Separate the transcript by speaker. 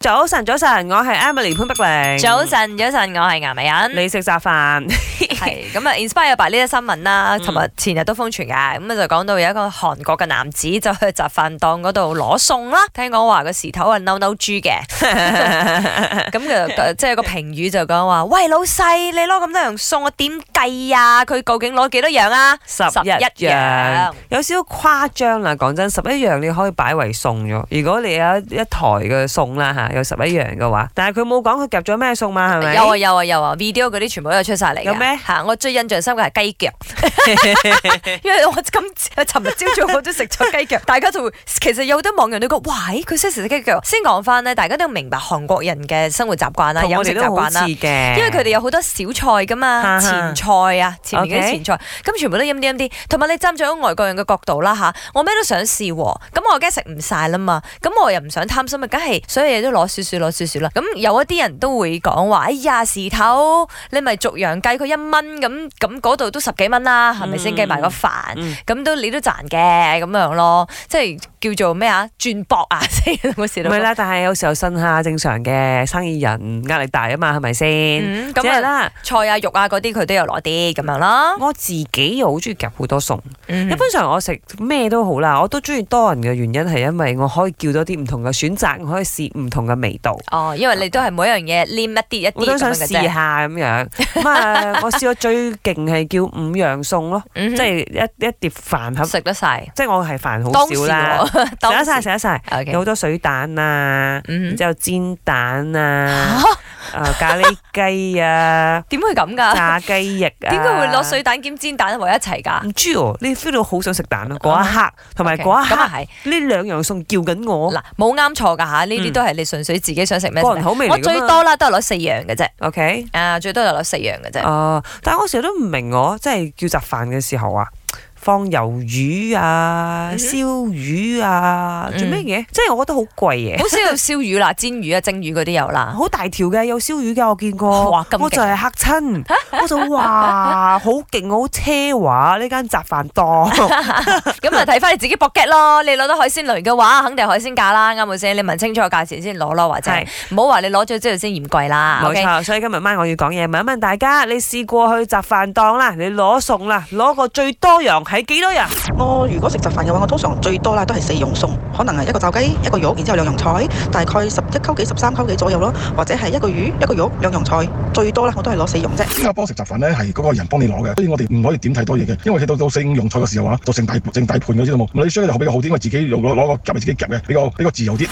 Speaker 1: 早晨，早晨，我係 Emily 潘碧玲。
Speaker 2: 早，晨，早晨，我係顏美欣。
Speaker 1: 你食雜 飯？
Speaker 2: 係咁啊，inspire by 呢啲新聞啦，
Speaker 1: 嗯
Speaker 2: 尋日前日都瘋傳嘅，咁啊就講到有一個韓國嘅男子就去雜飯檔嗰度攞餸啦，聽講話個時頭啊嬲嬲豬嘅，咁佢即係個評語就講話，喂老細，你攞咁多樣餸，我點計啊？佢究竟攞幾多樣啊？
Speaker 1: 十一樣，有少少誇張啦。講真，十一樣你可以擺為餸咗。如果你有一台嘅餸啦嚇，有十一樣嘅話，但係佢冇講佢夾咗咩餸嘛，係咪？
Speaker 2: 有啊有啊有啊，video 嗰啲全部都有出晒嚟㗎。
Speaker 1: 有咩
Speaker 2: 吓？我最印象深刻係 雞腳，因為我今尋日朝早我都食咗雞腳， 大家就會其實有好多網友都講，喂，佢識食雞腳。先講翻咧，大家都明白韓國人嘅生活習慣啦，
Speaker 1: 同
Speaker 2: 飲
Speaker 1: 我
Speaker 2: 食
Speaker 1: 哋
Speaker 2: 習
Speaker 1: 都好
Speaker 2: 慣
Speaker 1: 似
Speaker 2: 啦。
Speaker 1: 嘅，
Speaker 2: 因為佢哋有好多小菜噶嘛，
Speaker 1: 哈哈
Speaker 2: 前菜啊，前面嗰
Speaker 1: OK
Speaker 2: 啲前菜，咁全部都飲啲飲啲。同埋你站咗外國人嘅角度啦吓，我咩都想試喎，咁我梗係食唔晒啦嘛，咁我又唔想貪心啊，梗係所有嘢都攞少少攞少少啦。咁有一啲人都會講話，哎呀時頭，你咪逐樣計佢一蚊咁，咁嗰度都十幾蚊啦，係咪先
Speaker 1: 嗯
Speaker 2: 計埋個飯？
Speaker 1: 嗯
Speaker 2: 咁都你都賺嘅咁樣咯，即係叫做咩啊？轉博啊， 即係嗰時
Speaker 1: 唔
Speaker 2: 都
Speaker 1: 係啦，但係有時候信下正常嘅生意人壓力大啊嘛，係咪先？
Speaker 2: 嗯
Speaker 1: 即
Speaker 2: 咁
Speaker 1: 係
Speaker 2: 啊
Speaker 1: 啦，
Speaker 2: 菜啊肉啊嗰啲佢都有攞啲咁樣啦。
Speaker 1: 我自己又好中意夾好多餸。
Speaker 2: 嗯
Speaker 1: 一般上我食咩都好啦，我都中意多人嘅原因係因為我可以叫多啲唔同嘅選擇，我可以試唔同嘅味道。
Speaker 2: 哦，因為你都係每一樣嘢黏一啲一
Speaker 1: 我
Speaker 2: 啲
Speaker 1: 都
Speaker 2: 咁樣
Speaker 1: 想
Speaker 2: 嘅
Speaker 1: 試啊
Speaker 2: 啫，
Speaker 1: 下咁樣，咁 啊，我試過最勁係叫五樣餸咯，
Speaker 2: 即
Speaker 1: 即係一一碟飯盒，
Speaker 2: 嗯食得晒。
Speaker 1: 即係我係飯好
Speaker 2: 當時
Speaker 1: 少啦，
Speaker 2: 喎，
Speaker 1: 食
Speaker 2: 當
Speaker 1: 得
Speaker 2: 時
Speaker 1: 晒食得晒，
Speaker 2: OK
Speaker 1: 有好多水蛋啊，
Speaker 2: 嗯
Speaker 1: 然之後煎蛋啊，啊咖喱雞啊，
Speaker 2: 點會咁㗎？
Speaker 1: 炸雞翼啊，
Speaker 2: 點解會攞水蛋兼煎蛋為一齊㗎？
Speaker 1: 唔知喎，你 feel 到好想食蛋咯，嗰一刻同埋
Speaker 2: OK，
Speaker 1: 嗰一
Speaker 2: 咁
Speaker 1: 刻
Speaker 2: 啊係
Speaker 1: 呢兩樣餸叫緊我。嗯
Speaker 2: 嗱，冇啱錯㗎嚇，呢啲都係你純粹自己想食咩食
Speaker 1: 個
Speaker 2: 咩
Speaker 1: 人。口味
Speaker 2: 我
Speaker 1: 嚟㗎
Speaker 2: 最
Speaker 1: 嘛
Speaker 2: 多啦，都係攞四樣嘅啫，
Speaker 1: OK，
Speaker 2: 啊，最多就攞四樣嘅啫。
Speaker 1: 啊、但係我成日都唔明我即係叫雜飯嘅時候啊，放魷魚啊、
Speaker 2: 嗯哼嗯
Speaker 1: 燒魚啊，做咩嘢？即係我覺得好貴嘢，
Speaker 2: 好少有燒魚啦、煎魚啊、蒸魚嗰啲有 啦。
Speaker 1: 好大條嘅，有燒魚嘅我見過，
Speaker 2: 哇咁勁
Speaker 1: 我就係嚇 親，我就哇好勁，好奢華呢間雜飯 檔，
Speaker 2: 咁啊，睇翻你自己搏擊咯。你攞到海鮮類嘅話，肯定係海鮮價啦，啱冇先？你問清楚價錢先攞咯，或者
Speaker 1: 係
Speaker 2: 唔好話你攞咗之後先嫌貴啦。
Speaker 1: 冇
Speaker 2: 啊 OK？
Speaker 1: 錯。所以今日晚我要講嘢，問一問大家，你試過去雜飯檔啦，你攞餸啦，攞個最多樣係幾多樣？
Speaker 3: 我如果食雜飯嘅話，我通常最多啦都係四樣餸，可能係一個炸雞、一個肉，然之後兩樣菜，大概十一溝幾、十三溝幾左右咯，或者係一個魚、一個肉、兩樣菜，最多啦我都係攞四樣啫。
Speaker 4: 新加坡食雜飯咧係嗰個人幫你攞嘅，所以我哋唔可以點睇多嘢嘅，因為佢到到四五樣菜嘅時候啊，就成大成大盤嗰啲都冇。你需要就比較好啲，因為自己用攞攞個夾係自己夾嘅，比較比較自由啲。